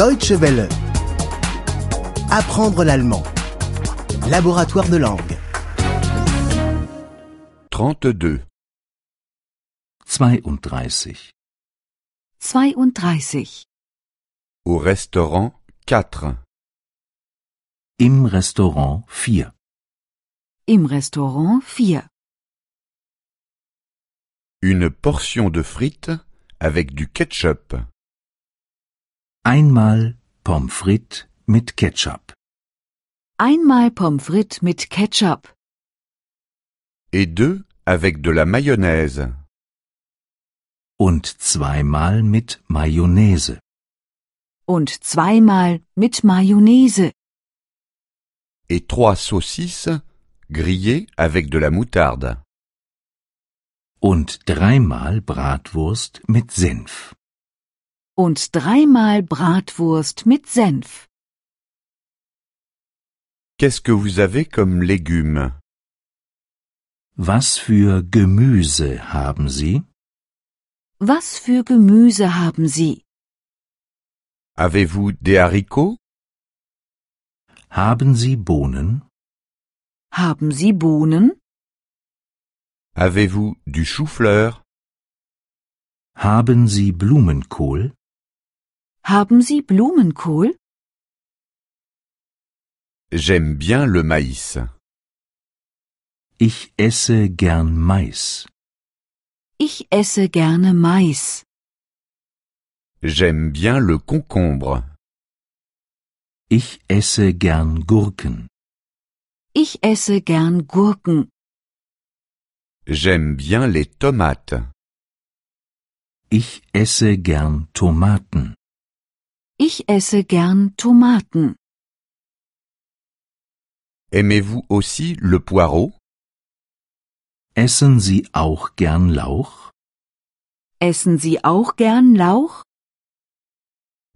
Deutsche Welle. Apprendre l'allemand. Laboratoire de langue. 32. 32. 32. Au restaurant 4. Im Restaurant 4. Im Restaurant 4. Une portion de frites avec du ketchup. Einmal Pommes frites mit Ketchup Einmal Pommes frites mit Ketchup Et deux avec de la mayonnaise. und zweimal mit Mayonnaise. und zweimal mit Mayonnaise Et trois saucisses grillées avec de la moutarde. Und dreimal Bratwurst mit Senf. und dreimal Bratwurst mit Senf. Qu'est-ce que vous avez comme légumes Was für Gemüse haben Sie? Was für Gemüse haben Sie? Avez-vous des haricots Haben Sie Bohnen? Haben Sie Bohnen? Avez-vous du chou-fleur Haben Sie Blumenkohl? Haben Sie Blumenkohl? J'aime bien le maïs. Ich esse gern Mais. Ich esse gerne Mais. J'aime bien le concombre. Ich esse gern Gurken. Ich esse gern Gurken. J'aime bien les tomates. Ich esse gern Tomaten. Ich esse gern Tomaten. Aimez-vous aussi le poireau Essen Sie auch gern Lauch? Essen Sie auch gern Lauch?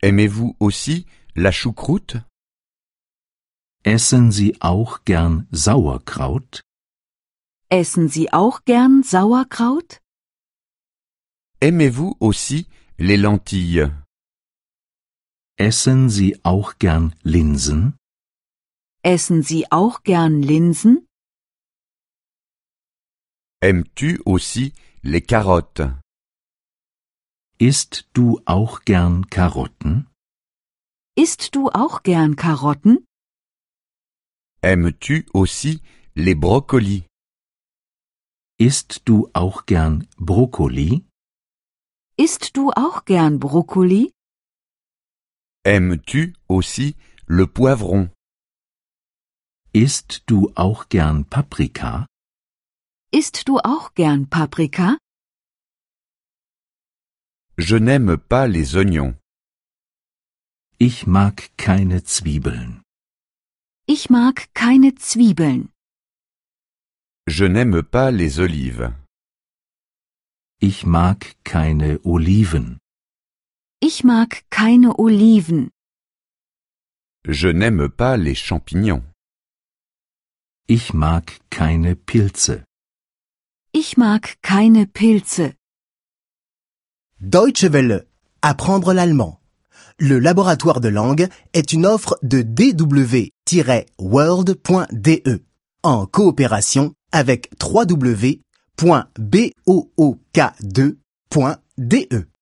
Aimez-vous aussi la choucroute Essen Sie auch gern Sauerkraut? Essen Sie auch gern Sauerkraut? Aimez-vous aussi les lentilles Essen Sie auch gern Linsen? Essen Sie auch gern Linsen? Aimes-tu aussi les carottes Isst du auch gern Karotten? Isst du auch gern Karotten? Aimes-tu aussi les brocolis Isst du auch gern Brokkoli? Isst du auch gern Brokkoli? Aimes-tu aussi le poivron Isst du auch gern Paprika? Isst du auch gern Paprika? Je n'aime pas les oignons. Ich mag keine Zwiebeln. Ich mag keine Zwiebeln. Je n'aime pas les olives. Ich mag keine Oliven. Ich mag keine Oliven. Je n'aime pas les champignons. Ich mag keine Pilze. Ich mag keine Pilze. Deutsche Welle. Apprendre l'allemand. Le laboratoire de langue est une offre de dw-world.de E en coopération avec www.book2.de.